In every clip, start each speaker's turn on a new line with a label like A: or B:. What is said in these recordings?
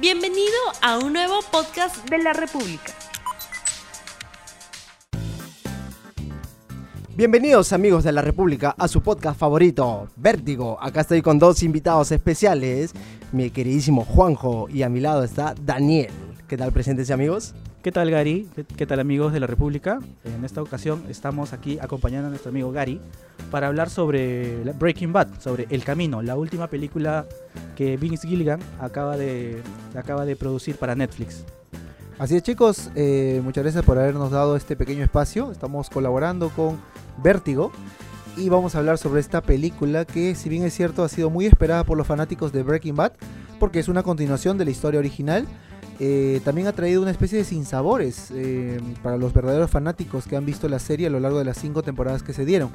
A: Bienvenido a un nuevo podcast de la República.
B: Bienvenidos amigos de la República a su podcast favorito, Vértigo. Acá estoy con dos invitados especiales, mi queridísimo Juanjo y a mi lado está Daniel. ¿Qué tal presentes amigos?
C: ¿Qué tal Gary? ¿Qué, qué tal amigos de la República? En esta ocasión estamos aquí acompañando a nuestro amigo Gary para hablar sobre la- Breaking Bad, sobre El Camino, la última película que Vince Gilligan acaba de, acaba de producir para Netflix.
D: Así es chicos, eh, muchas gracias por habernos dado este pequeño espacio. Estamos colaborando con Vértigo y vamos a hablar sobre esta película que si bien es cierto ha sido muy esperada por los fanáticos de Breaking Bad porque es una continuación de la historia original. eh, también ha traído una especie de sinsabores eh, para los verdaderos fanáticos que han visto la serie a lo largo de las cinco temporadas que se dieron.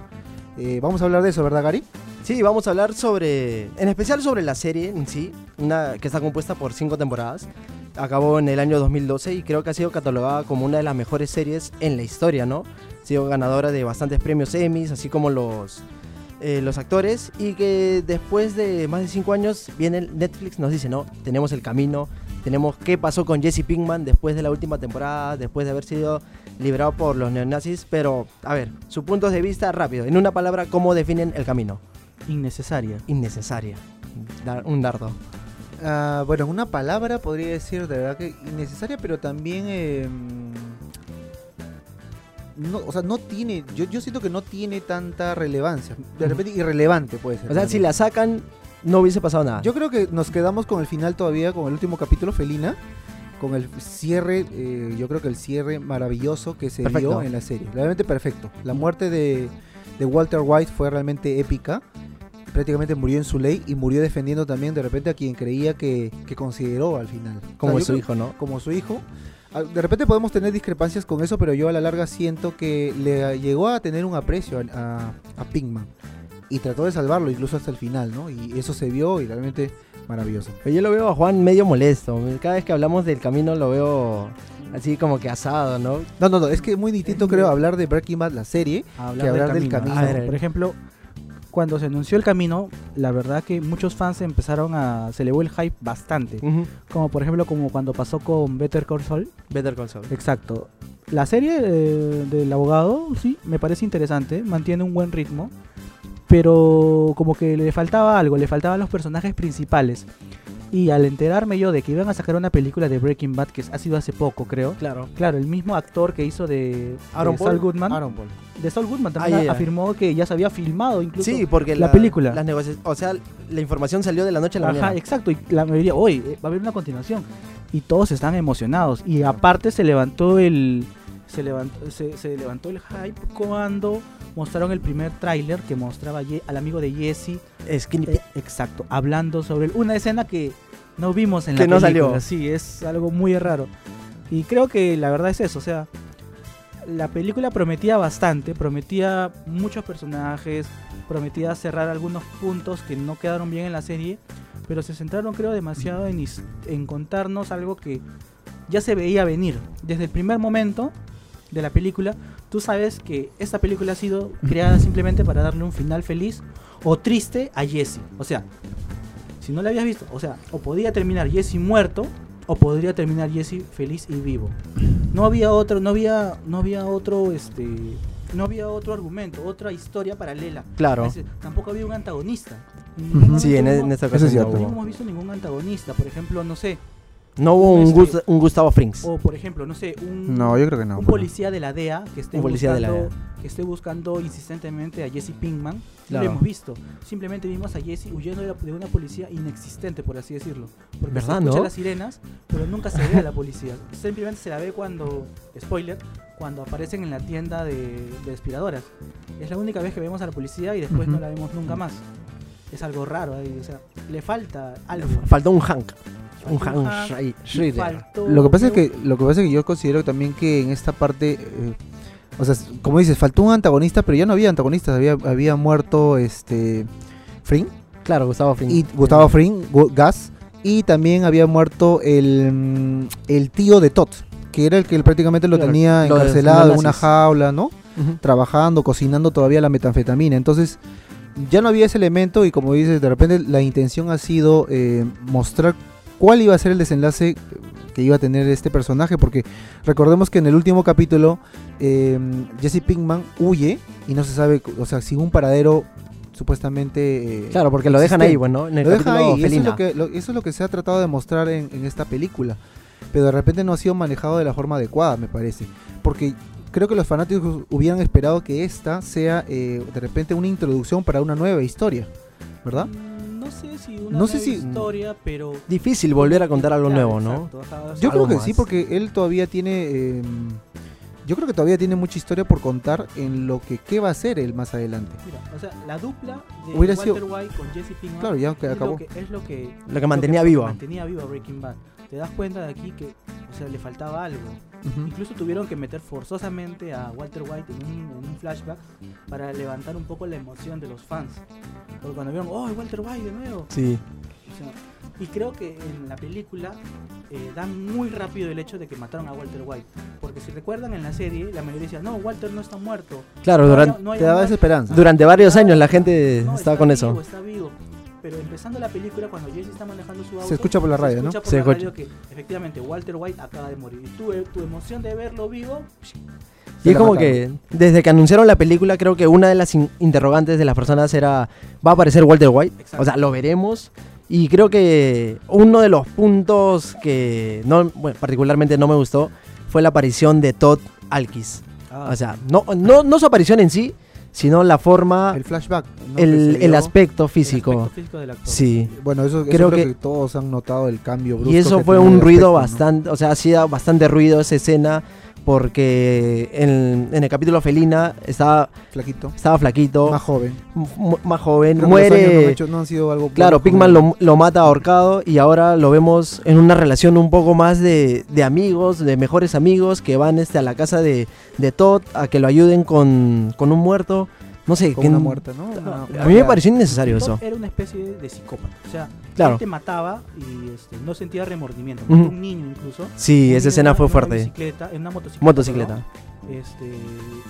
D: Eh, vamos a hablar de eso, ¿verdad Gary?
B: Sí, vamos a hablar sobre, en especial sobre la serie en sí, una que está compuesta por cinco temporadas. Acabó en el año 2012 y creo que ha sido catalogada como una de las mejores series en la historia, ¿no? Ha sido ganadora de bastantes premios Emmys, así como los, eh, los actores. Y que después de más de cinco años viene el Netflix, nos dice, no, tenemos el camino, tenemos qué pasó con Jesse Pinkman después de la última temporada, después de haber sido liberado por los neonazis. Pero, a ver, sus puntos de vista rápido. En una palabra, ¿cómo definen el camino?
C: Innecesaria.
B: innecesaria. Dar- un dardo.
D: Ah, bueno, una palabra podría decir de verdad que innecesaria, pero también. eh, no, o sea, no tiene. Yo, yo siento que no tiene tanta relevancia. De repente, irrelevante puede ser.
B: O sea, si la sacan, no hubiese pasado nada.
D: Yo creo que nos quedamos con el final todavía, con el último capítulo, Felina. Con el cierre, eh, yo creo que el cierre maravilloso que se
B: Perfecto.
D: dio en la serie. Realmente perfecto. La muerte de, de Walter White fue realmente épica. Prácticamente murió en su ley y murió defendiendo también de repente a quien creía que, que consideró al final. O sea,
B: como
D: yo
B: su
D: creo-
B: hijo, ¿no?
D: como su hijo. Ah, De repente podemos tener discrepancias con eso, pero yo a la larga siento que le llegó a tener un aprecio a, a, a Pinkman. Y trató de salvarlo incluso hasta el final, ¿no? Y eso se vio y realmente maravilloso.
B: Pero yo lo veo a Juan medio molesto. Cada vez que hablamos del camino lo veo así como que asado, ¿no?
D: No, no, no, es que es muy distinto creo hablar de Breaking Bad, la serie.
C: A
D: Que
C: del
D: hablar del camino.
C: A
B: A ver.
C: Por ejemplo, cuando se anunció El Camino, la verdad que muchos fans empezaron a... se elevó el hype bastante. Como por ejemplo como cuando pasó con Better Call Saul.
B: Better Call Saul.
C: Exacto. La serie eh, del abogado, sí, me parece interesante, mantiene un buen ritmo, pero como que le faltaba algo, le faltaban los personajes principales. Y al enterarme yo de que iban a sacar una película de Breaking Bad, que ha sido hace poco, creo.
B: Claro.
C: Claro, el mismo actor que hizo de,
B: Aaron
C: de Saul
B: Paul.
C: Goodman.
D: Aaron Paul.
C: De Saul Goodman
B: Ah,
C: también
B: ya, ya.
C: afirmó que ya se había filmado incluso.
B: Sí, porque
C: la película.
B: Las negociaciones. O sea, la información salió de la noche a la
C: Ajá,
B: mañana.
C: exacto. Y la mayoría, hoy va a haber una continuación. Y todos están emocionados. Y aparte se levantó el. Se levantó, se, se levantó el hype cuando mostraron el primer tráiler que mostraba a Ye- al amigo de Jesse.
B: Skinny
C: eh, exacto. Hablando sobre el- una escena que no vimos en
B: Que
C: la
B: no salió.
C: película. Sí, es algo muy raro. Y creo que la verdad es eso. O sea, la película prometía bastante. Prometía muchos personajes. Prometía cerrar algunos puntos que no quedaron bien en la serie. Pero se centraron, creo, demasiado en, his- en contarnos algo que ya se veía venir. Desde el primer momento de la película, tú sabes que esta película ha sido creada simplemente para darle un final feliz o triste a Jesse. O sea, si no la habías visto, o sea, o podía terminar Jesse muerto o podría terminar Jesse feliz y vivo. No había otro, no había, no había otro, este, no había otro argumento, otra historia paralela.
B: Claro.
C: Es decir, tampoco había un antagonista.
D: Ujú.
B: Sí, en,
C: este
B: en esta
D: Eso es
B: ocasión no
D: cierto.
C: no
B: hubo.
C: hemos visto ningún antagonista, por ejemplo, no sé,
B: No hubo un,
C: Este- oh,
B: Gust- un Gustavo Frings.
C: o por ejemplo, no sé, un
D: No, yo creo que Ah, no.
C: un policía de la DEA que esté
B: Un policía de la
C: buscando, que esté buscando insistentemente a Jesse Pinkman.
B: Claro.
C: No lo hemos visto. Simplemente vimos a Jesse huyendo de, la- de una policía inexistente, por así decirlo. Porque
B: ¿Verdad,
C: se escucha
B: no?
C: las sirenas, pero nunca se ve a la policía. Simplemente se la ve cuando, spoiler, cuando aparecen en la tienda de, de aspiradoras. Es la única vez que vemos a la policía y después
D: Ujú.
C: no la vemos nunca más. Es algo raro, ahí, o sea, le falta algo.
B: Faltó un Hank. Un
C: Faltó un
B: Hank
C: Hank,
B: Schre- Schrader.
C: Faltó-
D: Lo que pasa es que lo que pasa es que yo considero también que en esta parte eh, o sea, como dices, faltó un antagonista, pero ya no había antagonistas, había había muerto este Fring
B: Claro, Gustavo Frings.
D: y Gustavo Fring, Gu- Gas, y también había muerto el, mm, el tío de Todd, que era el que prácticamente lo
B: Claro, lo
D: tenía
B: de los
D: encarcelado en una
B: neonazis.
D: jaula, ¿no?
B: Ujú.
D: Trabajando, cocinando todavía la metanfetamina. Entonces, ya no había ese elemento y como dices, de repente la intención ha sido eh, mostrar cuál iba a ser el desenlace que iba a tener este personaje, porque recordemos que en el último capítulo eh, Jesse Pinkman huye y no se sabe, o sea, sin un paradero supuestamente... eh,
B: Claro, porque lo dejan
D: existente.
B: ahí, bueno, en el
D: Lo deja
B: capítulo
D: ahí, y Eso es,
B: felina.
D: lo que, lo- eso es lo que se ha tratado de mostrar en, en esta película. Pero de repente no ha sido manejado de la forma adecuada, me parece. Porque creo que los fanáticos hubieran esperado que esta sea eh, de repente una introducción para una nueva historia, ¿verdad?
C: Mm, No sé si una
D: No sé
C: nueva
D: si-
C: historia, pero...
B: Difícil volver a contar algo
C: Claro,
B: nuevo, ¿no?
C: exacto, ajá, o sea,
D: Yo creo
B: algo
D: que
B: más.
D: sí, porque él todavía tiene... eh, yo creo que todavía tiene mucha historia por contar en lo que qué va a hacer él más adelante.
C: mira, o sea, la dupla de
D: Hubiera
C: Walter
D: sido-
C: White con Jesse Pinkman
D: Claro, ya que
C: es,
D: acabó.
C: Lo que, es lo que
B: Lo que mantenía
C: lo que
B: viva.
C: Mantenía viva Breaking Bad. Te das cuenta de aquí que, o sea, le faltaba algo.
D: Ujú.
C: Incluso tuvieron que meter forzosamente a Walter White en un, en un flashback para levantar un poco la emoción de los fans. Porque cuando vieron, ¡oh, Walter White de nuevo!
B: Sí.
C: O sea, y creo que en la película eh, dan muy rápido el hecho de que mataron a Walter White. Porque si recuerdan en la serie, la mayoría decía, no, Walter no está muerto.
B: Claro,
C: No hay-
B: durante,
C: no hay
D: Te daba
C: muerto".
D: esa esperanza.
B: durante varios
C: Claro,
B: años la gente
C: No,
B: estaba con
C: vivo,
B: eso.
C: Está vivo. Pero empezando la película, cuando Jesse está manejando su auto,
D: Se escucha por la radio,
C: se
D: ¿no?
C: escucha por
B: Se
C: la
B: escucha.
C: radio que efectivamente Walter White acaba de morir. Y tu, tu emoción de verlo vivo
B: Y es
D: la
B: como
D: mataron.
B: que desde que anunciaron la película creo que una de las in- interrogantes de las personas era ¿va a aparecer Walter White?
C: Exacto.
B: O sea, lo veremos. Y creo que uno de los puntos que no, bueno, particularmente no me gustó fue la aparición de Todd Alkis. Ah,
C: Ah.
B: O sea, no, no, no su aparición en sí, sino la forma,
D: el flashback. ¿no? que
B: el,
D: se
B: el
D: dio.
B: aspecto físico.
C: el aspecto físico del actor.
B: Sí.
D: Bueno, eso, eso
B: Creo
D: creo,
B: que-
D: que... todos han notado el cambio brusco.
B: Y eso
D: que
B: fue
D: tiene
B: un
D: de
B: ruido
D: aspecto,
B: bastante, o sea, hacía bastante ruido esa escena porque en, en el capítulo Felina estaba,
D: ¿no? Flaquito.
B: estaba flaquito,
D: Más joven.
B: mu- más joven,
D: Creo que los años no, han
B: muere.
D: hecho- no han sido algo bueno
B: Claro,
D: con
B: Pigman
D: él.
B: lo, lo mata ahorcado y ahora lo vemos en una relación un poco más de, de amigos, de mejores amigos que van este, a la casa de, de Todd a que lo ayuden con, con un muerto. No sé,
D: con
B: que- Ah,
D: una muerta, ¿no? Una- una
B: a mí me
D: pegada.
B: pareció innecesario
C: Todd
B: eso.
C: Era una especie de, de psicópata. O sea,
B: Claro.
C: él te mataba y este, no sentía remordimiento.
B: Ujú.
C: Mató a Un niño incluso. Un
B: Sí,
C: niño
B: esa escena
C: en
B: fue
C: una
B: fuerte.
C: Motocicleta, en una motocicleta.
B: Motocicleta.
C: perdón. Este,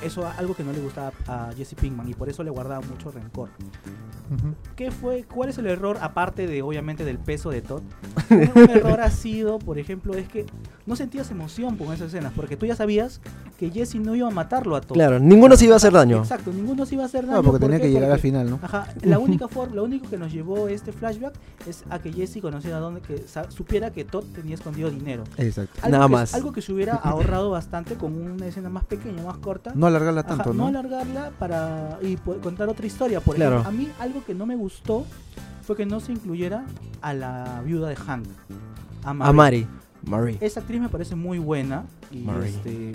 C: eso algo que no le gustaba a Jesse Pinkman y por eso le guardaba mucho rencor.
D: Ujú.
C: ¿Qué fue? ¿Cuál es el error, aparte de obviamente del peso de Todd? Un, un error ha sido, por ejemplo, es que no sentías emoción con esas escenas, porque tú ya sabías que Jesse no iba a matarlo a Todd.
B: Claro, ninguno se iba a hacer daño.
C: Exacto, ninguno se iba a hacer daño.
D: Claro, porque tenía
C: ¿por qué?
D: que llegar al
C: Porque-
D: final, ¿no?
C: Ajá, la única forma, lo único que nos llevó este flashback es a que Jesse conociera dónde, que sa- supiera que Todd tenía escondido dinero.
D: Exacto.
C: Algo
B: Nada
C: que-
B: más.
C: Algo que se hubiera ahorrado bastante con una escena más pequeña, más corta.
D: No alargarla
C: Ajá,
D: tanto,
C: no
D: ¿no?
C: alargarla para y po- contar otra historia. Por
B: Claro.
C: ejemplo, a mí algo que no me gustó fue que no se incluyera a la viuda de Hank, a Marie.
B: A Mari. Mari.
C: Esa actriz me parece muy buena y
B: Marie.
C: este,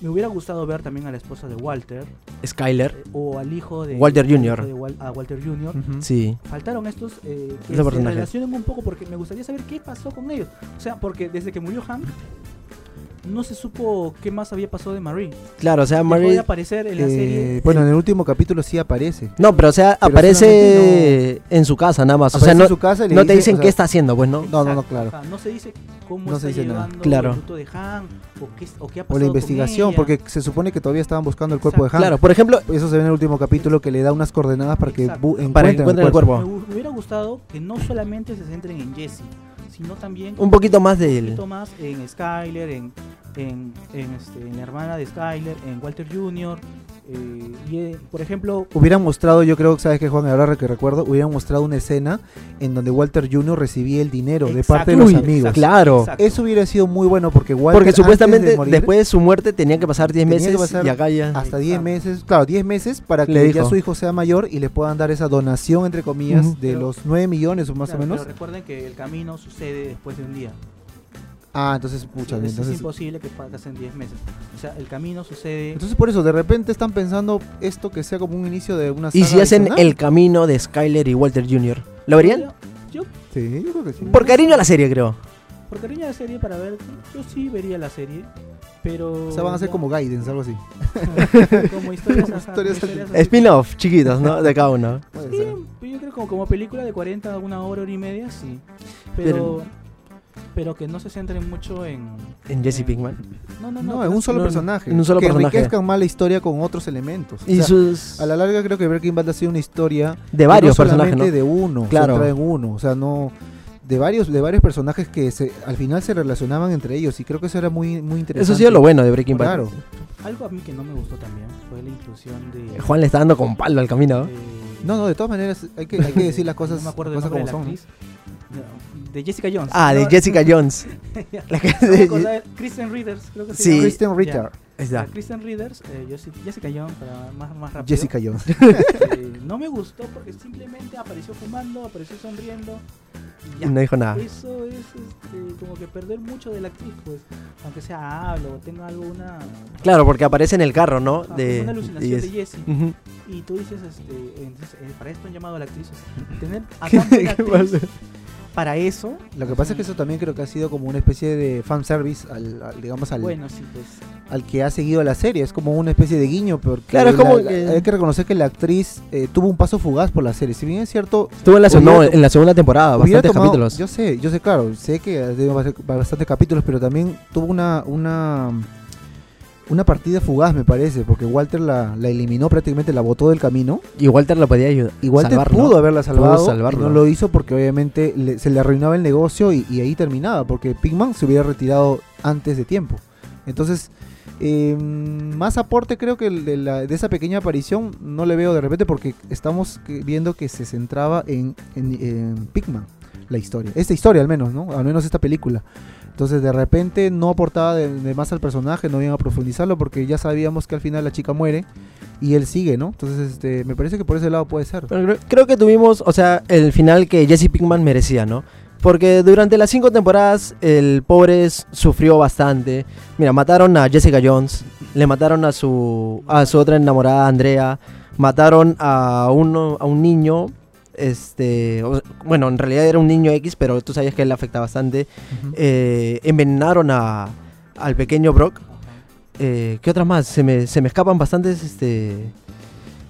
C: me hubiera gustado ver también a la esposa de Walter
B: Skyler.
C: eh, o al hijo de
B: Walter
C: al hijo
B: Jr..
C: de Wal- a Walter Jr.
D: Ujú.
B: Sí.
C: Faltaron estos eh, que
B: Ese
C: se
B: personaje.
C: relacionen un poco porque me gustaría saber qué pasó con ellos. O sea, porque desde que murió Hank no se supo qué más había pasado de Marie.
B: Claro, o sea,
C: Dejó de
B: Mary.
C: aparecer en la
D: Eh,
C: serie.
D: bueno, en el último capítulo sí aparece.
B: No, pero o sea,
D: Pero
B: aparece en su casa nada más. O sea,
D: Aparece
B: no,
D: en su casa y le
B: no te dicen
D: o sea,
B: qué está haciendo, pues, ¿no?
D: No, no, no,
C: Exacto,
D: claro.
C: ajá, no se dice cómo
D: No
C: está
D: se dice nada.
C: llevando
B: Claro.
C: el luto de Han o qué, o qué ha pasado
D: O la
C: con
D: investigación,
C: ella.
D: porque se supone que todavía estaban buscando el cuerpo de
B: Claro,
D: Hank.
B: por ejemplo,
D: Eso se ve en el último capítulo que le da unas coordenadas para que
C: Exacto.
D: bu- encuentren,
B: para que encuentren el
C: me
B: cuerpo.
C: hu- me hubiera gustado que no solamente se centren en Jesse, sino también
B: Un poquito más de
C: un
B: él.
C: poquito más en Skyler, en, en, en, este, en la hermana de Skyler, en Walter Jr. eh, y eh, por ejemplo,
D: Hubieran mostrado, yo creo, sabes que Juan, ahora que recuerdo, hubieran mostrado una escena en donde Walter Jr. recibía el dinero de
C: Exacto,
D: parte de los
B: Uy,
D: amigos.
C: exacto.
B: Claro.
C: Exacto.
D: Eso hubiera sido muy bueno porque Walter
B: Porque
D: antes de
B: supuestamente
D: morir,
B: después de su muerte tenía que pasar 10
D: Tenía que
B: meses
D: pasar
B: y acá ya.
D: hasta 10
C: Exacto.
D: meses, claro, 10 meses para que
B: Le dijo.
D: ya su hijo sea mayor y le puedan dar esa donación entre comillas
B: Ujú.
D: de
C: Pero-
D: los 9 millones o más
C: claro,
D: o menos.
C: pero recuerden que el camino sucede después de un día.
D: Ah, entonces pucha,
C: es, es
D: entonces
C: imposible que pasen 10 meses. O sea, el camino sucede.
D: entonces por eso de repente están pensando esto que sea como un inicio de una
B: Y
D: saga
B: si hacen
D: adicional.
B: el camino de Skyler y Walter Jr., ¿lo verían?
C: Yo,
D: Sí, yo creo que sí.
B: Por cariño a la serie, creo.
C: por cariño de serie, para ver, yo sí vería la serie, pero...
D: O sea, van a ser
C: ya-
D: como guidance, algo así.
C: como historias,
D: como
C: ajá,
D: historias
C: como historias así.
B: Spin-off, chiquitos, ¿no? De cada uno.
D: Puede
C: Sí,
D: ser.
C: yo creo que como, como película de 40 a una hora, hora y media, sí.
B: Pero-
C: Pero, pero, que no se centren mucho en...
B: En
D: Eh,
B: Jesse Pinkman.
C: No, no, no.
D: No,
C: que
D: en un
B: no,
D: solo
B: no,
D: personaje.
B: en un solo
D: que
B: personaje.
D: enriquezcan más la historia con otros elementos. O
B: Y
D: sea,
B: sus.
D: A la larga creo que Breaking Bad ha sido una historia
B: De varios
D: no
B: personajes,
D: solamente
B: ¿no?
D: de uno,
B: Claro.
D: claro. en uno, o sea, no de varios, de varios personajes que se, al final se relacionaban entre ellos y creo que eso era muy, muy interesante.
B: Eso ha sido lo bueno de Breaking Bad.
D: Claro.
C: Algo a mí que no me gustó también fue la inclusión de...
B: Eh, Juan le está dando con palo al camino. ¿no?
C: de-
D: No, no, de todas maneras hay que, hay que decir las cosas,
C: No me acuerdo del
D: cosas
C: nombre
D: como
C: de la
D: son. ¿no?
C: actriz. No, de Jessica Jones.
B: Ah, de
C: No,
B: Jessica Jones. La que-
C: no me acordaba de- Kristen Readers, creo que se
B: Sí.
C: llama.
D: Kristen
C: Ya.
D: Ritter,
B: Ahí
C: La
B: está.
C: Kristen Readers, eh, yo sí- Jessica Jones, para más, más rápido.
D: Jessica Jones.
C: Eh, no me gustó porque simplemente apareció fumando, apareció sonriendo. y
B: Y
C: ya.
B: No dijo nada.
C: Eso es este, como que perder mucho de la actriz, pues. Aunque sea hablo o tenga alguna,
B: Claro, porque aparece en el carro, ¿no?
D: Ah,
B: De,
C: una alucinación
B: de-
C: de Jessie.
B: Ujú.
C: Y tú dices, este, entonces, eh, para esto han llamado a la actriz. o sea, tener a tan buena actriz para eso.
D: Lo que pasa es que eso también creo que ha sido como una especie de fanservice al, al- digamos al,
C: Bueno, sí, pues.
D: al que ha seguido la serie, es como una especie de guiño, pero
B: Claro, es como que-
D: hay que reconocer que la actriz eh, tuvo un paso fugaz por la serie. Si bien es cierto,
B: Estuvo en la,
D: Hubiera
B: no,
D: to-
B: en la segunda temporada,
D: hubiera
B: Ah, bastantes
D: tomado-
B: capítulos.
D: Yo sé, yo sé, claro, sé que ha tenido bast- bastantes capítulos, pero también tuvo una una una partida fugaz, me parece, porque Walter la, la eliminó prácticamente, la botó del camino.
B: Y Walter lo podía ayudar.
D: Y Walter
B: salvar, ¿no?
D: pudo haberla salvado,
B: salvarlo.
D: y no lo hizo porque obviamente le- se le arruinaba el negocio y, y ahí terminaba, porque Pigman se hubiera retirado antes de tiempo. Entonces, eh, más aporte creo que el de, la- de esa pequeña aparición no le veo de repente porque estamos que- viendo que se centraba en, en, en Pigman, la historia. Esta historia al menos, ¿no? Al menos esta película. Entonces de repente no aportaba de, de más al personaje, no iban a profundizarlo porque ya sabíamos que al final la chica muere y él sigue, ¿no? Entonces este, me parece que por ese lado puede ser.
B: Pero creo, creo que tuvimos, o sea, el final que Jesse Pinkman merecía, ¿no? Porque durante las cinco temporadas el pobre s- sufrió bastante. Mira, mataron a Jessica Jones, le mataron a su a su otra enamorada Andrea, mataron a uno a un niño, este, o- bueno, en realidad era un niño X, pero tú sabías que él le afecta bastante. Eh, envenenaron a al pequeño Brock. Eh, ¿Qué otras más? Se me, se me escapan bastantes, este,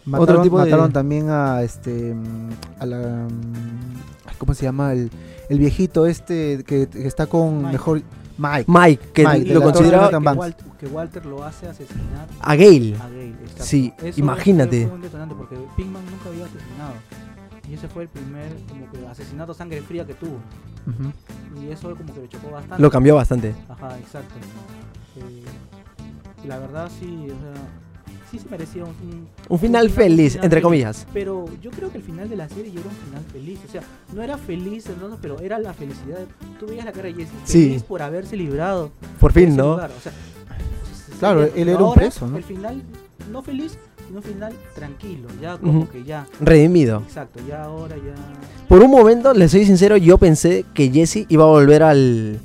D: Mataron,
B: Otro tipo de-
D: mataron también a este mm, a la mm, ay, ¿cómo se llama? el, el viejito este que, que está con
C: Mike.
D: mejor Mike.
B: Mike, que
D: Mike, de
B: lo
D: la Torre
B: consideraba
D: de Jonathan
C: que,
D: Banks.
C: Walter, que Walter lo hace asesinar
B: a Gale.
C: a Gale. exacto.
B: Sí,
C: Eso
B: imagínate.
C: Fue un detonante porque Pinkman nunca había asesinado. Y ese fue el primer como que asesinato sangre fría que tuvo.
D: Ujú.
C: Y eso como que le chocó bastante.
B: Lo cambió bastante.
C: Ajá, exacto. Eh, y la verdad sí, o sea, sí se merecía un, un-
B: Un final
C: final-
B: feliz,
C: final
B: entre
C: feliz.
B: comillas.
C: Pero yo creo que el final de la serie ya era un final feliz. O sea, no era feliz entonces, pero era la felicidad. Tú veías la cara de Jesse
B: Sí.
C: feliz por haberse librado.
B: Por
C: de
B: fin,
C: ese
B: ¿no?
C: lugar, o sea,
D: Claro,
C: pero
D: él era un
C: ahora,
D: preso, ¿no?
C: El final, no feliz, sino un final tranquilo. Ya como
B: Ujú.
C: que ya,
B: Redimido.
C: exacto, ya ahora ya...
B: Por un momento, les soy sincero, yo pensé que Jesse iba a volver al.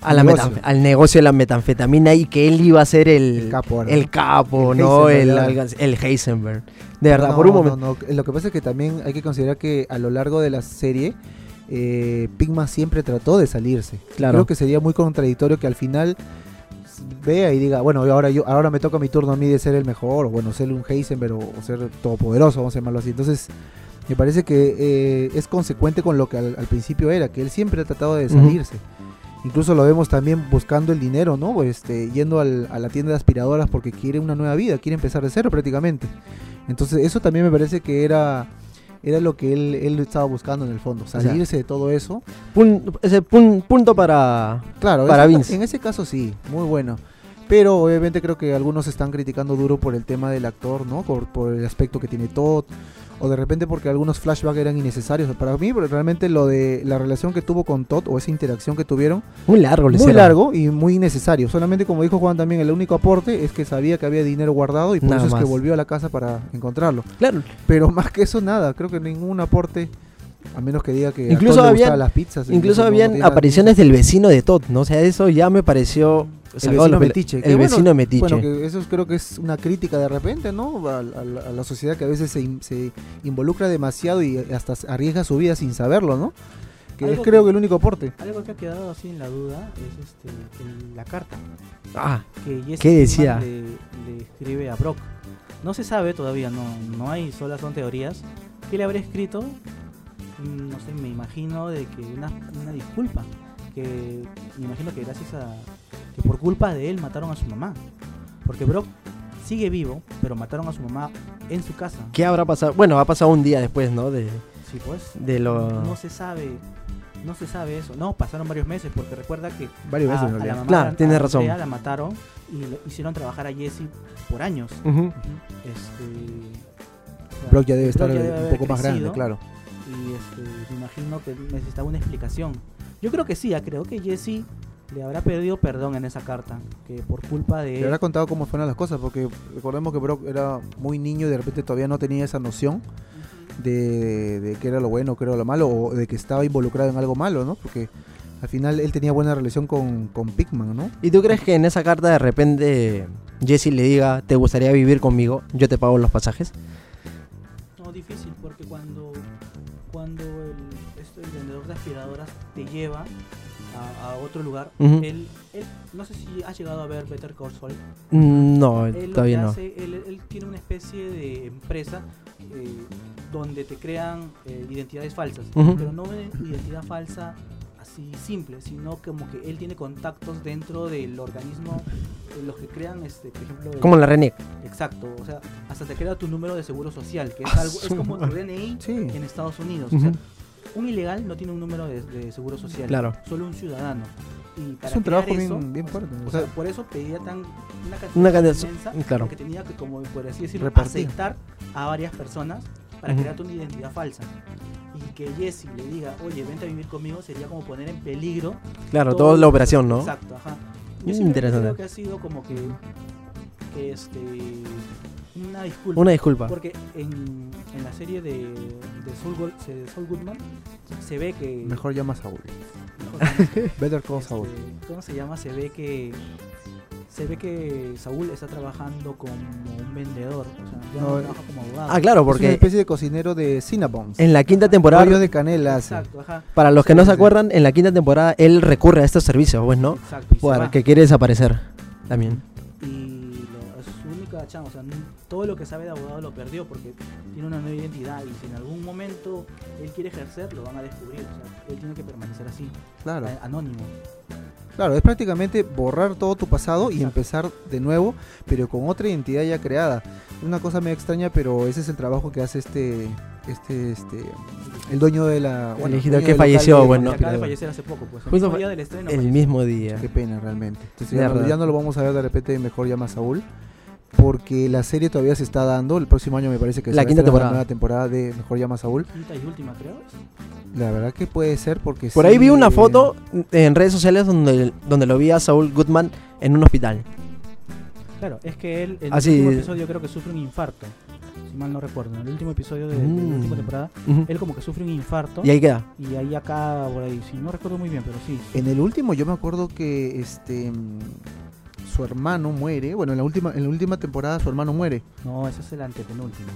B: A la
D: Negocio.
B: metanf- al negocio de la metanfetamina y que él iba a ser el,
D: El capo ahora,
B: el
D: ¿no?
B: capo,
D: El
B: ¿no? El,
D: Heisenberg,
B: alga- el Heisenberg. De verdad,
D: No,
B: por un
D: no,
B: momento.
D: no. Lo que pasa es que también hay que considerar que a lo largo de la serie, eh, Pigma siempre trató de salirse.
B: Claro.
D: Creo que sería muy contradictorio que al final vea y diga, bueno, ahora yo ahora me toca mi turno a mí de ser el mejor, o bueno, ser un Heisenberg o, o ser todopoderoso, vamos a llamarlo así. Entonces, me parece que eh, es consecuente con lo que al, al principio era, que él siempre ha tratado de
B: Ujú.
D: salirse. Incluso lo vemos también buscando el dinero, ¿no? Este, yendo al- a la tienda de aspiradoras porque quiere una nueva vida, quiere empezar de cero prácticamente. Entonces eso también me parece que era, era lo que él, él estaba buscando en el fondo,
B: sea,
D: salirse de todo eso.
B: Pun- ese pun- punto para.
D: Claro,
B: para
D: ese-
B: Vince.
D: en ese caso sí, muy bueno. Pero obviamente creo que algunos están criticando duro por el tema del actor, ¿no? Por, por el aspecto que tiene Todd. O de repente porque algunos flashbacks eran innecesarios. Para mí, realmente lo de la relación que tuvo con Todd o esa interacción que tuvieron
B: Muy largo, le
D: muy
B: hicieron.
D: largo y muy innecesario. Solamente, como dijo Juan también, el único aporte es que sabía que había dinero guardado y por
B: Nada
D: eso es que
B: más.
D: volvió a la casa para encontrarlo.
B: Claro.
D: Pero más que eso, nada. Creo que ningún aporte, a menos que diga que a
B: Incluso
D: Todd le
B: habían-
D: gustaban las pizzas.
B: Incluso
D: no- no
B: habían
D: tiene nada-
B: apariciones del vecino de Todd, ¿no? O sea, eso ya me pareció.
D: El
B: sacado de
D: vecino
B: los pele-
D: metiche. que
B: El
D: bueno,
B: vecino metiche.
D: Bueno, que eso creo que es una crítica de repente, ¿no? A, a la- a la sociedad que a veces se, in- se involucra demasiado y hasta arriesga su vida sin saberlo, ¿no? Que es
C: Algo
D: creo
C: que-
D: que el único aporte.
C: Algo que ha quedado así en la duda es este, el- la carta
B: Ah,
C: que Jesse
B: ¿Qué decía?
C: Pinkman Le, le escribe a Brock. No se sabe todavía, no, no hay, solo son teorías. ¿Qué le habrá escrito? Mm, No sé, me imagino de que una, una disculpa. Que me imagino que gracias a. que por culpa de él mataron a su mamá. Porque Brock sigue vivo, pero mataron a su mamá en su casa.
B: ¿qué habrá pasado? Bueno, ha pasado un día después, ¿no? De,
C: Sí, pues.
B: de lo.
C: No se sabe No se sabe eso. No, pasaron varios meses porque recuerda que
D: Varios
C: a,
D: veces
C: Ah, a
D: en
C: la
D: realidad.
C: mamá
B: Claro,
C: de An-
B: tienes
C: a
B: razón.
C: Andrea la mataron y le hicieron trabajar a Jesse por años.
B: Ujú.
C: Este, o sea,
D: Brock ya debe estar
C: ya
D: eh,
C: debe
D: un
C: haber
D: poco más grande,
C: crecido.
D: claro.
C: Y este, me imagino que necesitaba una explicación. Yo creo que sí, ah, creo que Jesse le habrá pedido perdón en esa carta. Que por culpa de
D: Le habrá contado cómo fueron las cosas, porque recordemos que Brock era muy niño y de repente todavía no tenía esa noción de, de qué era lo bueno, qué era lo malo, o de que estaba involucrado en algo malo, ¿no? Porque al final él tenía buena relación con, con Pigman, ¿no?
B: ¿Y tú crees que en esa carta de repente Jesse le diga, ¿te gustaría vivir conmigo? Yo te pago los pasajes.
C: No, difícil, porque cuando, cuando el, este, el vendedor de aspiradoras te lleva a, a otro lugar,
B: Ujú.
C: él, él- no sé si has llegado a ver Better Call Saul.
B: Mm, No,
C: Él, lo que
B: todavía no.
C: hace, él, él tiene una especie de empresa eh, donde te crean eh, identidades falsas,
B: Ujú.
C: pero no una identidad falsa así simple, sino como que él tiene contactos dentro del organismo, eh, los que crean, este, por ejemplo, el-
B: Como la René.
C: Exacto, o sea, hasta te crea tu número de seguro social, que es
B: Ah,
C: algo, es
B: su
C: como tu
B: madre.
C: DNI
D: Sí.
C: en Estados Unidos.
B: Ujú.
C: O sea, un ilegal no tiene un número de, de seguro social,
B: Claro.
C: solo un ciudadano. Y para
D: Es
C: crear
D: un trabajo bien-
C: eso,
D: bien
C: o
D: fuerte,
C: sea,
D: o
C: O sea,
D: sea,
C: por eso pedía tan una cantidad,
B: Una cantidad so-
C: inmensa,
B: claro.
C: porque tenía que, como por así decirlo,
D: Repartir.
C: aceptar a varias personas para
B: Ujú.
C: crear una identidad falsa. Y que Jesse le diga, oye, vente a vivir conmigo, sería como poner en peligro
B: Claro,
C: todo
B: toda la
C: lo-
B: operación, ¿no?
C: Exacto, ajá.
B: Mm,
C: Yo simplemente
B: interesante.
C: creo que ha sido como que, que, este, una disculpa.
B: Una disculpa.
C: porque en, en la serie de, de Saul, Gold- de Saul Goodman se ve que...
D: Mejor llama a Saúl.
C: mejor no,
D: Better Call
C: este,
D: Saúl.
C: ¿Cómo se llama? Se ve que... Se ve que Saúl está trabajando como un vendedor, o sea, ya no,
D: No,
C: trabaja como abogado.
B: Ah, claro,
D: Es una
B: porque
D: especie de cocinero de Cinnabons.
B: en la quinta
D: Rollos
B: temporada,
D: de canela hace.
C: Exacto, ajá.
B: para los que no
D: Sí,
B: se
D: sí.
B: acuerdan, en la quinta temporada él recurre a estos servicios, pues, ¿no?
C: Exacto. y se
B: Para
C: va.
B: que quiere desaparecer también.
C: y lo- es su única chance, o sea, n- todo lo que sabe de abogado lo perdió porque tiene una nueva identidad y si en algún momento él quiere ejercer, lo van a descubrir, o sea, él tiene que permanecer así,
D: Claro.
C: a- anónimo.
D: Claro, es prácticamente borrar todo tu pasado y
C: Exacto.
D: empezar de nuevo, pero con otra identidad ya creada. Una cosa medio extraña, pero ese es el trabajo que hace este, este, este, el dueño de la.
B: El
D: el
B: hijito
D: dueño
B: que
D: del
B: falleció,
D: local de-
B: bueno.
C: Que acaba de
D: aspiradora.
C: fallecer hace poco, pues, el
B: Justo
C: mismo
B: fa-
C: día del estreno.
B: El
C: falleció.
B: mismo día.
D: Qué pena, realmente. Entonces, ya,
B: Mierda.
D: no, ya no lo vamos a ver de repente mejor llama a Saúl, porque la serie todavía se está dando. El próximo año me parece que se
B: La
D: va a
B: quinta
D: estrenar
B: temporada.
D: La nueva temporada de Mejor llama a Saúl.
C: Quinta y última, creo.
D: La verdad que puede ser, porque.
B: Por ahí
D: sí,
B: vi una
D: eh,
B: foto en redes sociales donde, donde lo vi a Saul Goodman en un hospital.
C: Claro, es que él en
B: Así-
C: el último episodio creo que sufre un infarto, si mal no recuerdo, en el último episodio de, de
B: Mm.
C: la última temporada,
B: Ujú.
C: él como que sufre un infarto
B: Y ahí queda.
C: y ahí acá por ahí, si no recuerdo muy bien, pero sí.
D: En el último yo me acuerdo que este mm, su hermano muere. Bueno, en la última, en la última temporada su hermano muere.
C: No, ese es el antepenúltimo.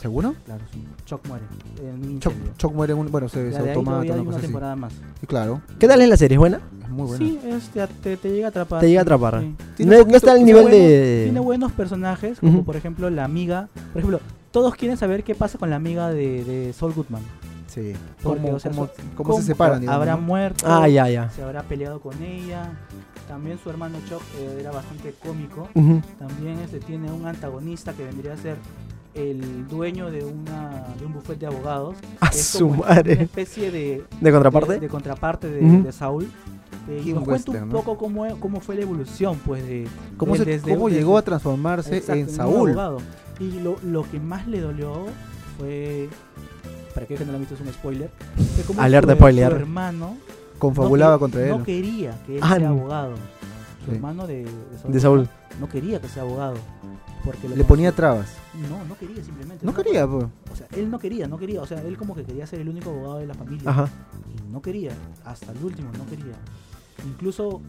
D: ¿Seguro?
C: Claro, sí. Choc muere. En un
D: Choc,
C: incendio.
D: Choc muere en un, bueno, se,
C: Ya
D: se
C: de ahí
D: automata,
C: todavía hay
D: una
C: una
D: cosa así.
C: temporada más.
D: Sí, claro,
B: ¿Qué tal es la serie? ¿Es buena?
D: es muy bueno.
C: Sí, es- te, te- te llega a atrapar.
B: Te llega a
C: sí,
B: atrapar.
C: sí.
D: Tiene
B: No, no
D: un poquito-
B: está al
C: tiene
B: nivel
C: buenos- Tiene
B: de...
C: buenos personajes, como
B: Ujú.
C: por ejemplo la amiga. Por ejemplo, todos quieren saber qué pasa con la amiga de, de Saul Goodman.
D: Sí.
C: Porque,
D: ¿Cómo,
C: o sea,
D: cómo-
C: su-
D: cómo se separan? digamos,
C: Habrá
D: ¿no?
C: muerto.
B: Ah, ya, ya.
C: Se habrá peleado con ella. También su hermano Chuck eh, era bastante cómico.
B: Ujú.
C: También este tiene un antagonista que vendría a ser el dueño de una de un buffet de abogados.
B: A
C: Es
B: su
C: como Una
B: madre.
C: especie de,
B: ¿De
C: De,
B: contraparte?
C: de contraparte de,
B: Ujú.
C: de Saúl. Eh, y
D: Kim
C: nos cuenta
D: Western,
C: un
D: ¿no?
C: poco cómo, e- cómo fue la evolución, pues, de
D: ¿Cómo, se-
C: de- desde-
D: cómo
C: desde-
D: llegó a transformarse
C: exacto,
D: en
C: un
D: Saúl?
C: abogado. Y lo, lo que más le dolió fue, para aquel que no lo ha visto es un spoiler, fue cómo
B: Alerta
C: su,
B: spoiler.
C: su hermano
D: Confabulaba
C: no, que-
D: contra él.
C: no quería que él
B: Ah,
C: sea
B: no.
C: abogado. Su
D: Sí.
C: hermano de, de Saúl,
B: De Saúl.
C: no quería que sea abogado. Porque lo
D: Le
C: conocí-
D: ponía trabas.
C: No, no quería simplemente.
D: No
C: Una
D: quería, pues,
C: cosa-
D: po.
C: O sea, él no quería, no quería. O sea, él como que quería ser el único abogado de la familia.
B: Ajá.
C: Y no quería, hasta el último no quería. Incluso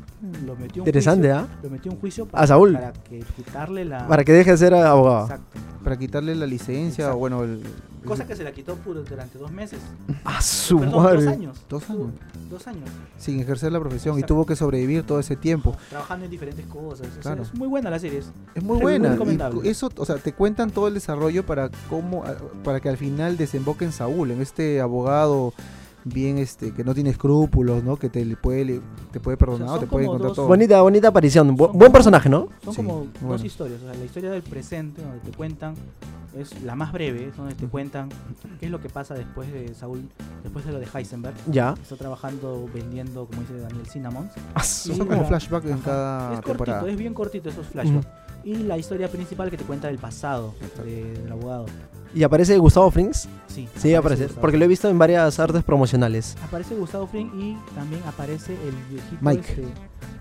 C: lo metió un
B: Interesante,
C: juicio,
B: ¿ah?
C: lo metió un juicio para,
B: A Saúl.
C: para que quitarle la
B: Para que deje de ser abogado.
C: exacto.
D: para quitarle la licencia
C: Exacto.
D: o bueno, el,
C: Cosa que se la quitó por- durante dos meses.
B: A su
C: Perdón, dos
B: madre.
C: años.
D: Dos años.
C: Estuvo Dos años.
D: sin ejercer la profesión
C: Exacto.
D: y tuvo que sobrevivir todo ese tiempo.
C: Trabajando en diferentes cosas. O sea,
D: Claro.
C: es muy buena la serie. es-
D: Es muy
C: Muy
D: buena. y
C: recomendable.
D: cu- eso, o sea, te cuentan todo el desarrollo para cómo, a- para que al final desemboque en Saúl, en este abogado bien, este, que no tiene escrúpulos, ¿no? Que te le puede, le- te puede perdonar, o
C: son
D: te puede
C: como
D: encontrar
C: dos-
D: todo.
B: Bonita, bonita aparición. Bu-
C: Son
B: buen
C: como-
B: personaje, ¿no?
C: Son
D: Sí,
C: como
D: bueno.
C: dos historias. O sea, la historia del presente, donde te cuentan es la más breve, es donde te cuentan qué es lo que pasa después de Saúl, después de lo de Heisenberg.
B: Ya.
C: Está trabajando vendiendo, como dice Daniel Cinnamon.
D: Son como flashbacks en cada
C: es cortito,
D: temporada.
C: es bien cortito esos flashbacks. Y la historia principal que te cuenta del pasado
D: Exacto.
C: de- del abogado.
B: ¿Y aparece Gustavo Frings?
C: Sí,
B: Sí, aparece.
C: Gustavo.
B: Porque lo he visto en varias artes promocionales.
C: Aparece Gustavo Fring y también aparece el viejito
D: Mike.
C: este-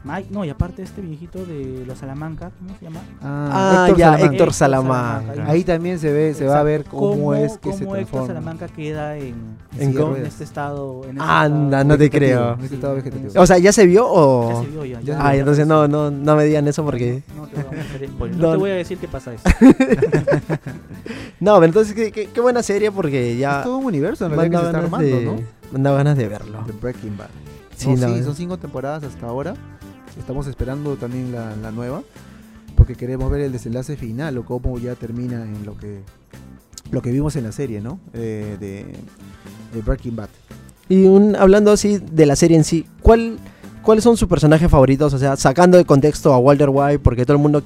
C: Mike, no, y aparte este viejito de los Salamanca, ¿cómo se llama?
B: Ah,
D: Héctor
B: ya,
D: Salamanca.
B: Héctor
C: Héctor
B: Salamanca.
C: Salamanca.
D: Ahí también se ve, se va a ver
C: Exacto,
D: cómo, es que se
C: cómo Héctor
D: transforma.
C: Salamanca queda en,
D: En
C: en,
D: silla de
C: este
D: ruedas.
C: estado. En este
B: Anda,
C: estado-
B: Ah, no te
D: Vegetativo,
B: creo.
D: en este estado vegetativo.
C: Sí.
B: O sea, ¿ya se vio o...?
C: Ya se vio ya. ya-
B: Ay,
C: ya
B: Ah, entonces
C: pasó.
B: no, no, no me digan eso porque...
C: No te, voy a hacer spoiler,
B: No.
C: no te voy a decir qué pasa eso.
B: No, pero entonces qué, qué- qué buena serie porque
D: Es
B: ya...
D: todo un universo en
B: me han
D: realidad que
B: dado
D: se está
B: ganas de-
D: armando, ¿no?
B: me han dado ganas de verlo.
D: De Breaking Bad.
B: Sí,
D: No,
B: la
D: sí,
B: verdad.
D: son cinco temporadas hasta ahora. Estamos esperando también la, la nueva. Porque queremos ver el desenlace final o cómo ya termina en lo que lo que vimos en la serie, ¿no? Eh, de, de Breaking Bad.
B: Y un, hablando así de la serie en sí, ¿cuál, ¿cuáles son sus personajes favoritos? O sea, sacando de contexto a Walter White porque todo el mundo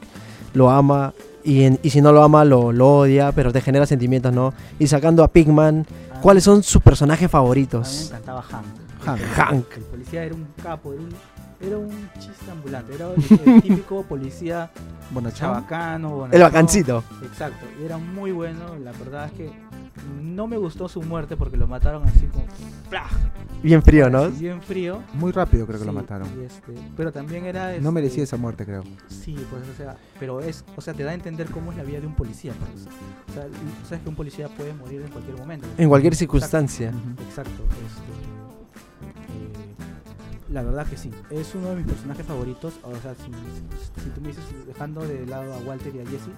B: lo ama y, en- y si no lo ama lo, lo odia, pero te genera sentimientos, ¿no? Y sacando a Pigman,
C: Ah,
B: ¿cuáles son sus personajes
C: A mí me
B: favoritos?
C: encantaba Hank.
D: Hank.
B: Hank.
C: El policía era un capo, era un, era un chiste ambulante, era el, el típico policía
D: Bonachava.
C: chabacano.
B: El
C: bonachón.
B: vacancito.
C: Exacto, y era muy bueno. La verdad es que no me gustó su muerte porque lo mataron así como ¡plá!
B: Bien frío, ¿no?
C: así bien frío.
D: Muy rápido creo que lo
C: Sí,
D: mataron.
C: y este, pero también era.
D: No
C: este,
D: merecía esa muerte, creo.
C: Sí, pues, o sea, pero es, o sea, te da a entender cómo es la vida de un policía. pues. O sea, y- sabes que un policía puede morir en cualquier momento.
B: En cualquier circunstancia.
C: Exacto, exacto, este, eh, la verdad que sí, es uno de mis personajes favoritos. O sea, si, si tú me dices, dejando de lado a Walter y a Jesse,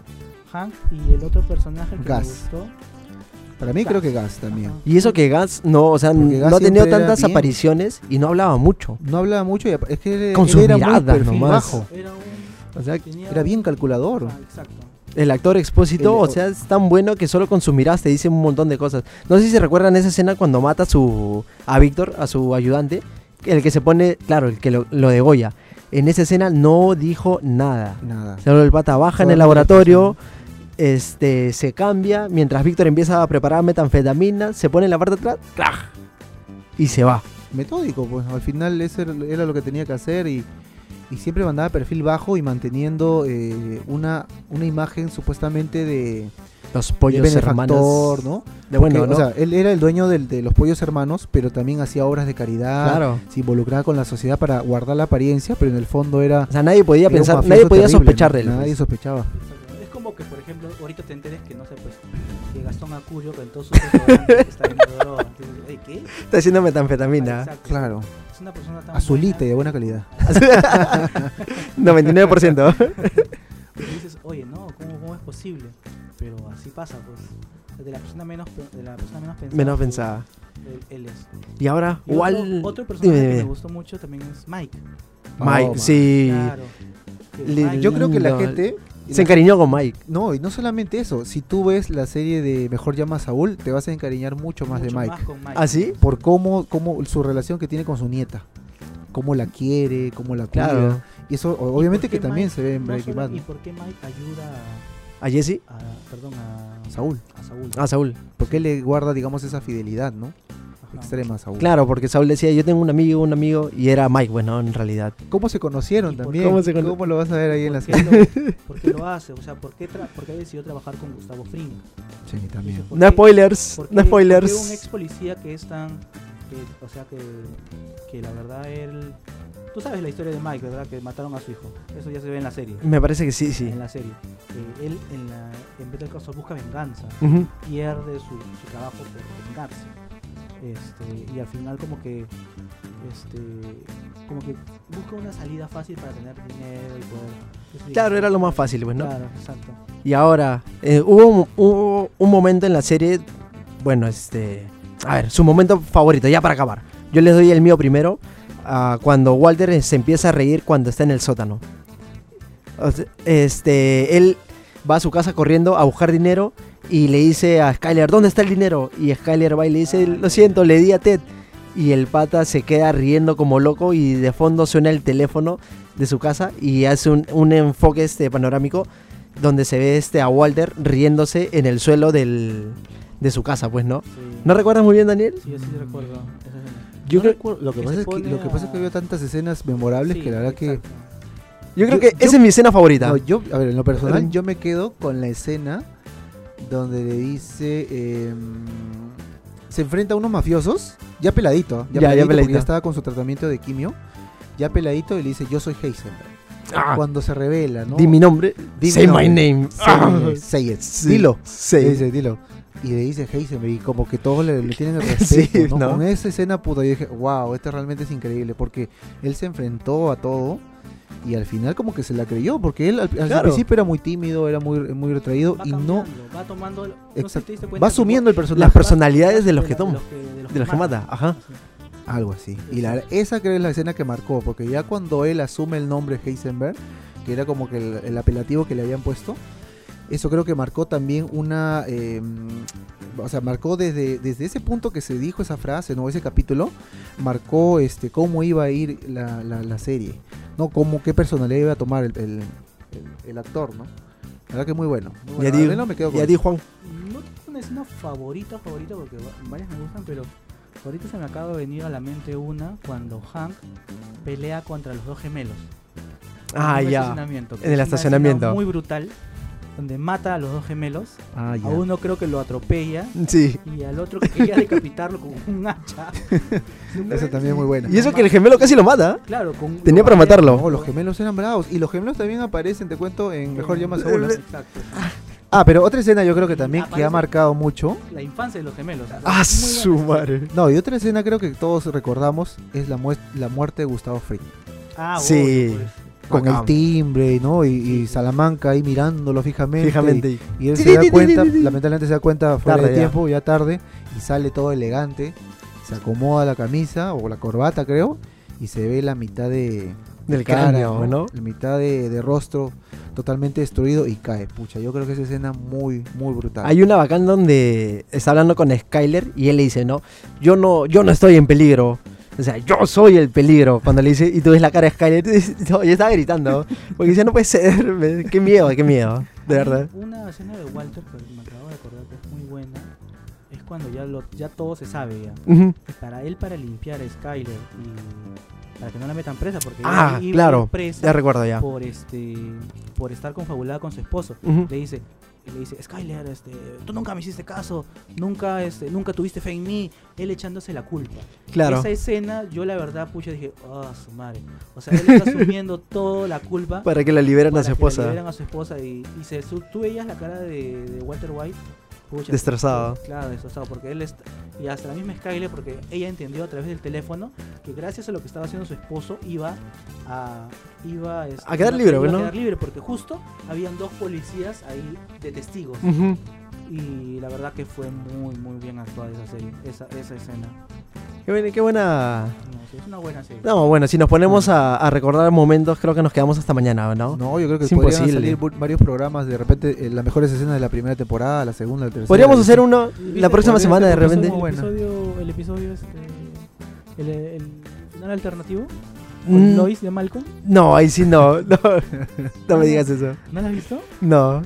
C: Hank y el otro personaje que
D: Gas.
C: me gustó.
D: Para mí
C: Gas.
D: creo que Gas también.
C: Ajá.
B: Y eso que Gas no, o sea,
D: Porque Gas
B: no ha tenido
D: siempre era
B: tantas
D: bien.
B: apariciones y no hablaba mucho.
D: No hablaba mucho y ap- es que él-
B: Con
D: él
B: sus
D: era muy
B: miradas
D: perfil
B: nomás.
D: bajo.
C: Era un.
B: O sea,
C: tenía
D: Era
C: un-
D: bien calculador.
C: Ah, exacto.
B: El actor expósito,
D: El-
B: o sea, es tan bueno que solo con su mirada te dice un montón de cosas. No sé si se recuerdan esa escena cuando mata a su a Víctor, a su ayudante, el que se pone, claro, el que lo, lo degolla. En esa escena no dijo nada.
D: Nada.
B: Solo el pata baja en el
D: Solamente
B: laboratorio, este, se cambia, mientras Víctor empieza a preparar metanfetamina, se pone en la parte de atrás, ¡claj! y se va.
D: metódico, pues al final eso era, era lo que tenía que hacer y, y siempre mandaba perfil bajo y manteniendo eh, una, una imagen supuestamente de,
B: Los
D: de
B: pollos hermanos.
D: benefactor, ¿no?
B: De bueno,
D: Porque,
B: ¿no?
D: O sea, él era el dueño del- de los pollos hermanos, pero también hacía obras de caridad,
B: claro.
D: se involucraba con la sociedad para guardar la apariencia, pero en el fondo era...
B: O sea, nadie podía
D: era un
B: pensar, nadie
D: mafioso
B: podía
D: terrible,
B: sospechar
D: ¿no?
B: de él.
D: Nadie
B: pues.
D: sospechaba.
C: Exacto. Es como que, por ejemplo, ahorita te enteres que no sé, pues, que Gastón Acurio con todos sus restaurantes está vendiendo droga. Entonces, "Ey, ¿qué?
B: Está haciendo
C: Ah,
B: metanfetamina.
C: exacto.
D: Claro,
C: Es una persona tan.
D: azulita y
C: buena
D: de buena calidad.
B: 99%.
C: Y dices, oye, no, ¿cómo, cómo es posible? Pero así pasa, pues. De la persona menos, pe- de la persona menos pensada.
B: Menos
C: pues,
B: pensada.
C: Él, él es.
B: Y ahora,
C: Y
B: igual.
C: Otro, otro personaje
B: Dime,
C: que
B: dime.
C: me gustó mucho también es Mike.
B: Mike,
D: Oh,
B: sí.
C: Claro. Que
B: Le-
C: Mike-
D: Yo creo que la
B: Lindo.
D: gente...
B: Se encariñó con Mike.
D: No, y no solamente eso, si tú ves la serie de Mejor llama a Saúl, te vas a encariñar mucho más
C: mucho
D: de Mike.
C: con Mike.
B: ¿Ah, sí?
D: por cómo, cómo su relación que tiene con su nieta. Cómo la quiere, cómo la cuida.
B: Claro.
D: Y eso o-
C: ¿Y
D: obviamente
C: por
D: que
C: qué
D: también
C: Mike-
D: se ve en
C: no
D: Breaking
C: solo-
D: Bad.
C: ¿Y
D: ¿no?
C: por qué Mike ayuda
B: ¿A Jesse?
C: a, perdón, a,
D: Saúl.
C: a Saúl?
B: A Saúl.
D: Porque él le guarda, digamos, esa fidelidad, ¿no?
C: Ajá.
D: Extrema a Saúl.
B: Claro, porque Saúl decía, yo tengo un amigo, un amigo, y era Mike, bueno, en realidad.
D: ¿Cómo se conocieron
C: ¿Y por
D: también?
B: cómo
D: ¿Cómo,
B: se cono-
D: lo vas a ver ahí en la
C: ¿Por,
D: serie?
C: qué lo, por qué lo hace? O sea, ¿por qué, tra- por qué decidió trabajar con Gustavo Fring?
D: Sí, también.
C: ¿Por
B: No
C: qué-
B: spoilers,
C: Porque,
B: no spoilers.
C: un ex policía que es tan. que- o sea, que, que la verdad él. Tú sabes la historia de Mike, ¿verdad? Que mataron a su hijo. Eso ya se ve en la serie.
B: Me parece que sí, sí.
C: En la serie. Eh, él, en, la, en Better Call Saul busca venganza.
B: Ujú.
C: Pierde su, su trabajo por vengarse. Este, y al final, como que. Este, como que busca una salida fácil para tener dinero y poder.
B: Claro, era lo más fácil, pues, ¿no?
C: Claro, exacto.
B: Y ahora, eh, hubo, un, hubo un momento en la serie, bueno, este, a ver, su momento favorito, ya para acabar. Yo les doy el mío primero, ah, cuando Walter eh, se empieza a reír cuando está en el sótano. O se- Este, él va a su casa corriendo a buscar dinero y le dice a Skyler, ¿dónde está el dinero? Y Skyler va y le dice, lo siento, le di a Ted. Y el pata se queda riendo como loco y de fondo suena el teléfono de su casa y hace un, un enfoque este panorámico donde se ve este a Walter riéndose en el suelo del, de su casa, pues, ¿no? ¿No recuerdas muy bien, Daniel?
C: Sí, yo sí recuerdo. esa escena.
B: Yo,
D: Yo
B: creo,
D: recuerdo- lo que,
C: que
D: pasa
C: se
D: es que,
C: pone
D: lo que pasa es que
C: a-
D: había tantas escenas memorables
C: Sí,
D: que la verdad que
C: exacto.
B: yo creo
D: yo-
B: que esa es mi escena favorita.
D: No, yo, a ver, en lo personal,
B: Mm.
D: yo me quedo con la escena donde le dice. eh, se enfrenta a unos mafiosos, ya peladito. Ya,
B: Ya, ya
D: peladito, porque
B: peladito.
D: ya estaba con su tratamiento de quimio. Ya peladito, y le dice: Yo soy Heisenberg.
B: Ah,
D: Cuando se revela, ¿no?
B: Di mi nombre.
D: Di mi
B: say my
D: nombre.
B: name.
D: Say
B: Ah,
D: my name, say it.
B: sí,
D: Dilo.
B: say
D: Le
B: it.
D: dice, dilo. Y le dice Heisenberg, y como que todos le, le tienen el respeto.
B: Sí,
D: ¿no?
B: ¿no?
D: Con esa escena, puta, yo dije, wow, este realmente es increíble, porque él se enfrentó a todo y al final, como que se la creyó, porque él al, al
B: Claro.
D: principio era muy tímido, era muy, muy retraído
C: Va
D: y no.
C: cambiando, Va tomando. no sé si
D: Exacto.
C: te diste cuenta
D: Va
C: que
D: asumiendo el
B: Las
D: personaje.
B: personalidades de los que
C: la-
B: toma. De los que mata. Ajá.
C: Sí.
D: Algo así. Y la, esa creo que es la escena que marcó, porque ya cuando él asume el nombre Heisenberg, que era como que el, el apelativo que le habían puesto, eso creo que marcó también una... eh, o sea, marcó desde, desde ese punto que se dijo esa frase, ¿no? Ese capítulo, marcó este cómo iba a ir la, la- la serie, ¿no? Cómo, qué personalidad iba a tomar el, el- el- el actor, ¿no? La verdad que muy bueno. Muy bueno.
B: Ya
D: Al
B: di,
D: menos me quedo con
B: ya
D: eso.
B: di Juan.
C: No tengo una escena favorita, favorita, porque va- varias me gustan, pero ahorita se me acaba de venir a la mente una cuando Hank pelea contra los dos gemelos.
B: Ah,
C: en un
B: ya.
C: estacionamiento, que
B: En el
C: es una
B: estacionamiento.
C: escena Muy brutal, donde mata a los dos gemelos.
D: Ah, ya.
C: A uno creo que lo atropella
B: Sí.
C: y al otro que quería decapitarlo con un hacha.
D: Esa también es muy buena.
B: Y eso que el gemelo casi lo mata. ¿eh?
C: Claro, con
B: Tenía
C: lo
B: para
C: patea-
B: matarlo.
D: No, Oh, los gemelos eran bravos. Y los gemelos también aparecen, te cuento, en Mejor Llama a Saúl. ¿no?
C: Exacto.
D: Ah, pero otra escena yo creo que también que ha
C: Aparece-
D: marcado mucho.
C: La infancia de los gemelos.
B: Ah,
C: Muy
B: su madre.
D: No, y otra escena creo que todos recordamos es la, mues- la muerte de Gustavo Fring.
C: buena. Ah,
B: Sí.
C: obvio, pues.
D: Con
B: Bacán.
D: el timbre, ¿no? Y, y Salamanca ahí mirándolo fijamente.
B: Fijamente. ahí.
D: Y, y él
B: Ti,
D: se
B: ti,
D: da
B: ti,
D: cuenta,
B: ti, ti, ti.
D: lamentablemente se da cuenta fuera
B: Tarde
D: de
B: ya.
D: tiempo, ya tarde, y sale todo elegante, se acomoda la camisa o la corbata, creo, y se ve la mitad de,
B: Del
D: cara,
B: cráneo, ¿no?
D: La mitad de, de rostro totalmente destruido y cae. Pucha, yo creo que esa escena muy, muy brutal.
B: Hay una bacán donde está hablando con Skyler y él le dice, no, yo no, yo no estoy en peligro. O sea, yo soy el peligro. Cuando le dice, y tú ves la cara de Skyler, y dices, no, yo estaba gritando. Porque dice, no puede ser. me- Qué miedo, qué miedo. De
C: Hay
B: verdad.
C: Una escena de Walter que me acabo de acordar que es muy buena. Es cuando ya lo, ya todo se sabe ya.
B: Ujú.
C: Y Para él para limpiar a Skyler y para que no la metan presa porque
B: Ah,
C: ella iba
B: claro,
C: presa
B: Ya recuerdo ya.
C: por este por estar confabulada con su esposo.
B: Ujú.
C: Le dice le dice, Skyler, este, tú nunca me hiciste caso, nunca, este, nunca tuviste fe en mí, él echándose la culpa.
B: Claro.
C: Esa escena, yo la verdad, pucha, dije, ah, su madre. O sea, él está asumiendo toda la culpa
B: Para que Pues, la liberan a
C: para
B: su
C: que la
B: esposa.
C: liberan a su esposa y, y se, su- tú veías la cara de, de Walter White. pucha,
B: Destrozado.
C: que- Claro, destrozado, porque él está, y hasta la misma Skyler, porque ella entendió a través del teléfono que gracias a lo que estaba haciendo su esposo iba a... Iba, este,
B: A quedar
C: iba-
B: libre,
C: iba
B: bueno.
C: A quedar libre, porque justo habían dos policías ahí de testigos.
B: Ujú.
C: Y la verdad que fue muy, muy bien actuada esa serie, esa, esa escena.
B: Qué buena- qué buena...
C: No, sí, es una buena serie.
B: No, bueno, si nos ponemos a, a recordar momentos, creo que nos quedamos hasta mañana, ¿no?
D: No, yo creo que
B: Es
D: podrían
B: imposible.
D: salir bu- varios programas de repente, eh, las mejores escenas de la primera temporada, la segunda, la tercera.
B: Podríamos
D: la-
B: hacer uno la próxima
C: Viste,
D: podría ser
B: semana de
D: un episodio
B: repente.
D: muy bueno.
C: episodio, el episodio este, el, el final alternativo con
B: Mm,
C: Lois de Malcolm.
B: No, ahí sí no. No, no me digas eso.
C: ¿No la has visto?
B: No.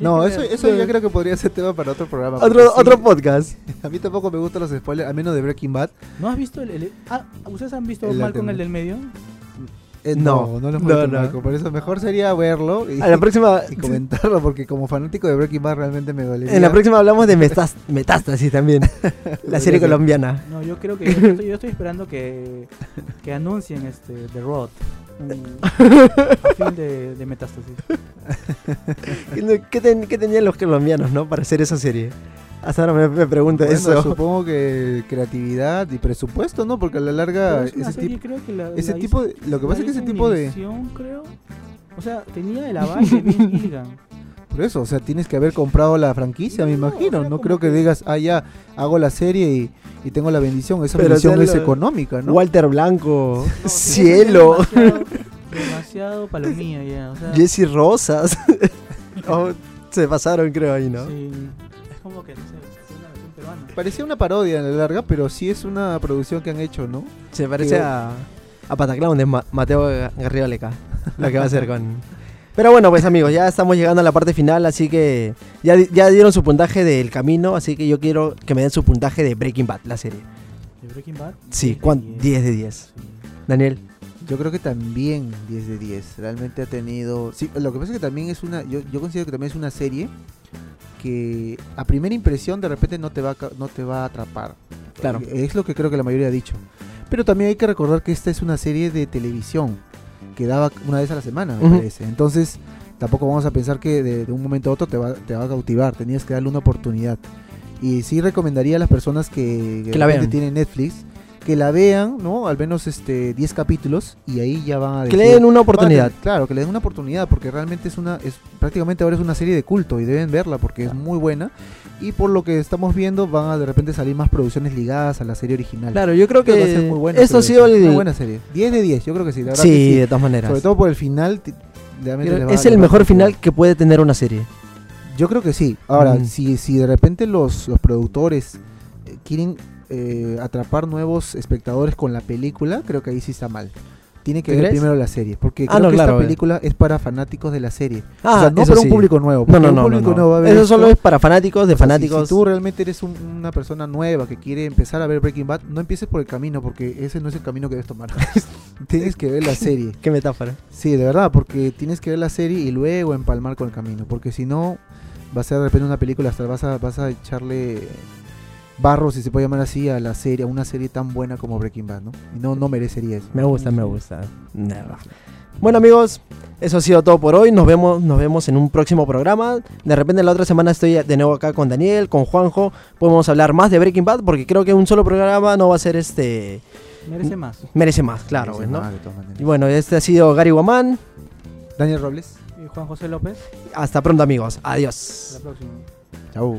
D: No, eso, eso yo creo que podría ser tema para otro programa. porque
B: Otro,
D: sí,
B: otro podcast.
D: A mí tampoco me gustan los spoilers, a menos de Breaking Bad.
C: ¿No has visto el, el- ah, ¿Ustedes han visto
D: El
C: Malcolm
D: alterna-
C: el del medio?
D: Eh,
B: No,
D: no, no los
B: no,
D: molesto,
B: no.
D: Marco, Por eso mejor sería verlo y,
B: A la próxima.
D: y comentarlo, porque como fanático de Breaking Bad realmente me dolería.
B: En la próxima hablamos de metas- Metástasis también. La serie
D: Podría ser.
B: colombiana.
C: No, yo creo que yo estoy, yo estoy esperando que, que anuncien este The Road. un- a fin de, de metástasis.
B: ¿Qué, ten- qué tenían los colombianos, no? Para hacer esa serie. Hasta ahora me, me pregunto
D: Bueno,
B: eso.
D: supongo que creatividad y presupuesto, ¿no? Porque a la larga
C: Pero es una
D: Ah, ese
C: serie,
D: tipo,
C: creo que la-
D: ese
C: la
D: tipo de- lo que
C: hizo-
D: pasa es que
C: la
D: ese
C: hizo
D: tipo de
C: Univision, creo. O sea, tenía el aval de Vince Gilligan.
D: Por eso, o sea, tienes que haber comprado la franquicia, me
C: No,
D: imagino.
C: o sea,
D: no
C: como
D: creo que
C: que-
D: digas, ah, ya, hago la serie y, y tengo la bendición. Esa
B: Pero, o sea,
D: bendición es
B: lo-
D: económica, ¿no?
B: Walter Blanco,
C: No, sí,
B: Cielo,
C: es Demasiado, demasiado palomía ya. O sea,
B: Jesse Rosas. No, se pasaron, creo, ahí, ¿no?
C: sí, es como que, no sé, es una versión peruana.
D: Parecía una parodia en la larga, pero sí es una producción que han hecho, ¿no?
B: Se parece a, a Pataclown de Ma- Mateo Garrido Leca. Lo que va a hacer con, Pero bueno, pues amigos, ya estamos llegando a la parte final, así que ya, di- ya dieron su puntaje del camino, así que yo quiero que me den su puntaje de Breaking Bad, la serie.
C: ¿De Breaking Bad?
B: Sí,
C: Diez de
B: ¿cuán-
C: diez.
B: 10 de 10.
C: Sí.
B: Daniel.
D: Yo creo que también 10 de 10. Realmente ha tenido. Sí, lo que pasa es que también es una. Yo, yo considero que también es una serie que a primera impresión de repente no te va a, ca- no te va a atrapar.
B: Claro.
D: Pues, eh, Es lo que creo que la mayoría ha dicho. Pero también hay que recordar que esta es una serie de televisión que daba una vez a la semana, me
B: Ujú.
D: parece. Entonces, tampoco vamos a pensar que de, de un momento a otro te va, te va a cautivar. Tenías que darle una oportunidad. Y sí recomendaría a las personas que,
B: Que la
D: de repente
B: vean.
D: tienen Netflix que la vean, ¿no? Al menos este 10 capítulos y ahí ya van a
B: Que
D: decir,
B: le den una
D: van a tener-
B: oportunidad.
D: claro, que le den una oportunidad porque realmente es una es prácticamente ahora es una serie de culto y deben verla porque es muy buena y por lo que estamos viendo van a de repente salir más producciones ligadas a la serie original.
B: Claro, yo creo
D: Creo que va a ser
B: que
D: muy buena,
B: esto ha
D: creo que
B: sido
D: sí.
B: el...
D: una buena serie. 10 de 10, yo creo que sí, la verdad
B: Sí,
D: que
B: de todas
D: sí.
B: maneras.
D: Sobre todo por el final ti- realmente le va-
B: es
D: le
B: el
D: va a
B: mejor
D: dar-
B: final que puede tener una serie.
D: Yo creo que sí. Ahora,
B: Mm.
D: si, si de repente los, los productores eh, quieren eh, atrapar nuevos espectadores con la película, creo que ahí sí está mal. Tiene que
B: ¿Tú
D: ver
B: crees?
D: primero la serie, porque
B: Ah,
D: creo
B: no,
D: que
B: claro,
D: esta
B: eh.
D: película es para fanáticos de la serie.
B: Ah,
D: o sea, no
B: eso
D: para un
B: sí.
D: público
B: No,
D: nuevo. porque
B: no,
D: un
B: no. no,
D: público
B: no.
D: nuevo va a ver
B: Eso
D: esto.
B: solo es para fanáticos de
D: O sea, si-
B: fanáticos.
D: Si, tú realmente eres un- una persona nueva que quiere empezar a ver Breaking Bad, no empieces por el camino, porque ese no es el camino que debes tomar. Tienes que ver la serie.
B: Qué metáfora.
D: Sí, de verdad, porque tienes que ver la serie y luego empalmar con el camino, porque si no va a ser de repente una película, hasta vas a, vas a echarle barro, si se puede llamar así, a la serie, a una serie tan buena como Breaking Bad, ¿no? Y no, no merecería eso.
B: Me gusta, me gusta. Nada. Bueno, amigos, eso ha sido todo por hoy. Nos vemos, nos vemos en un próximo programa. De repente la otra semana estoy de nuevo acá con Daniel, con Juanjo. Podemos hablar más de Breaking Bad porque creo que un solo programa no va a ser este
C: Merece más.
B: merece más, claro, pues,
D: Merece
B: ¿no?
D: más, de todas maneras.
B: Y bueno, este ha sido Gary Guamán.
D: Daniel Robles,
B: Mm.
C: Y Eh, Juan José López,
B: Hasta pronto, amigos. Adiós.
C: la próxima.
D: chao.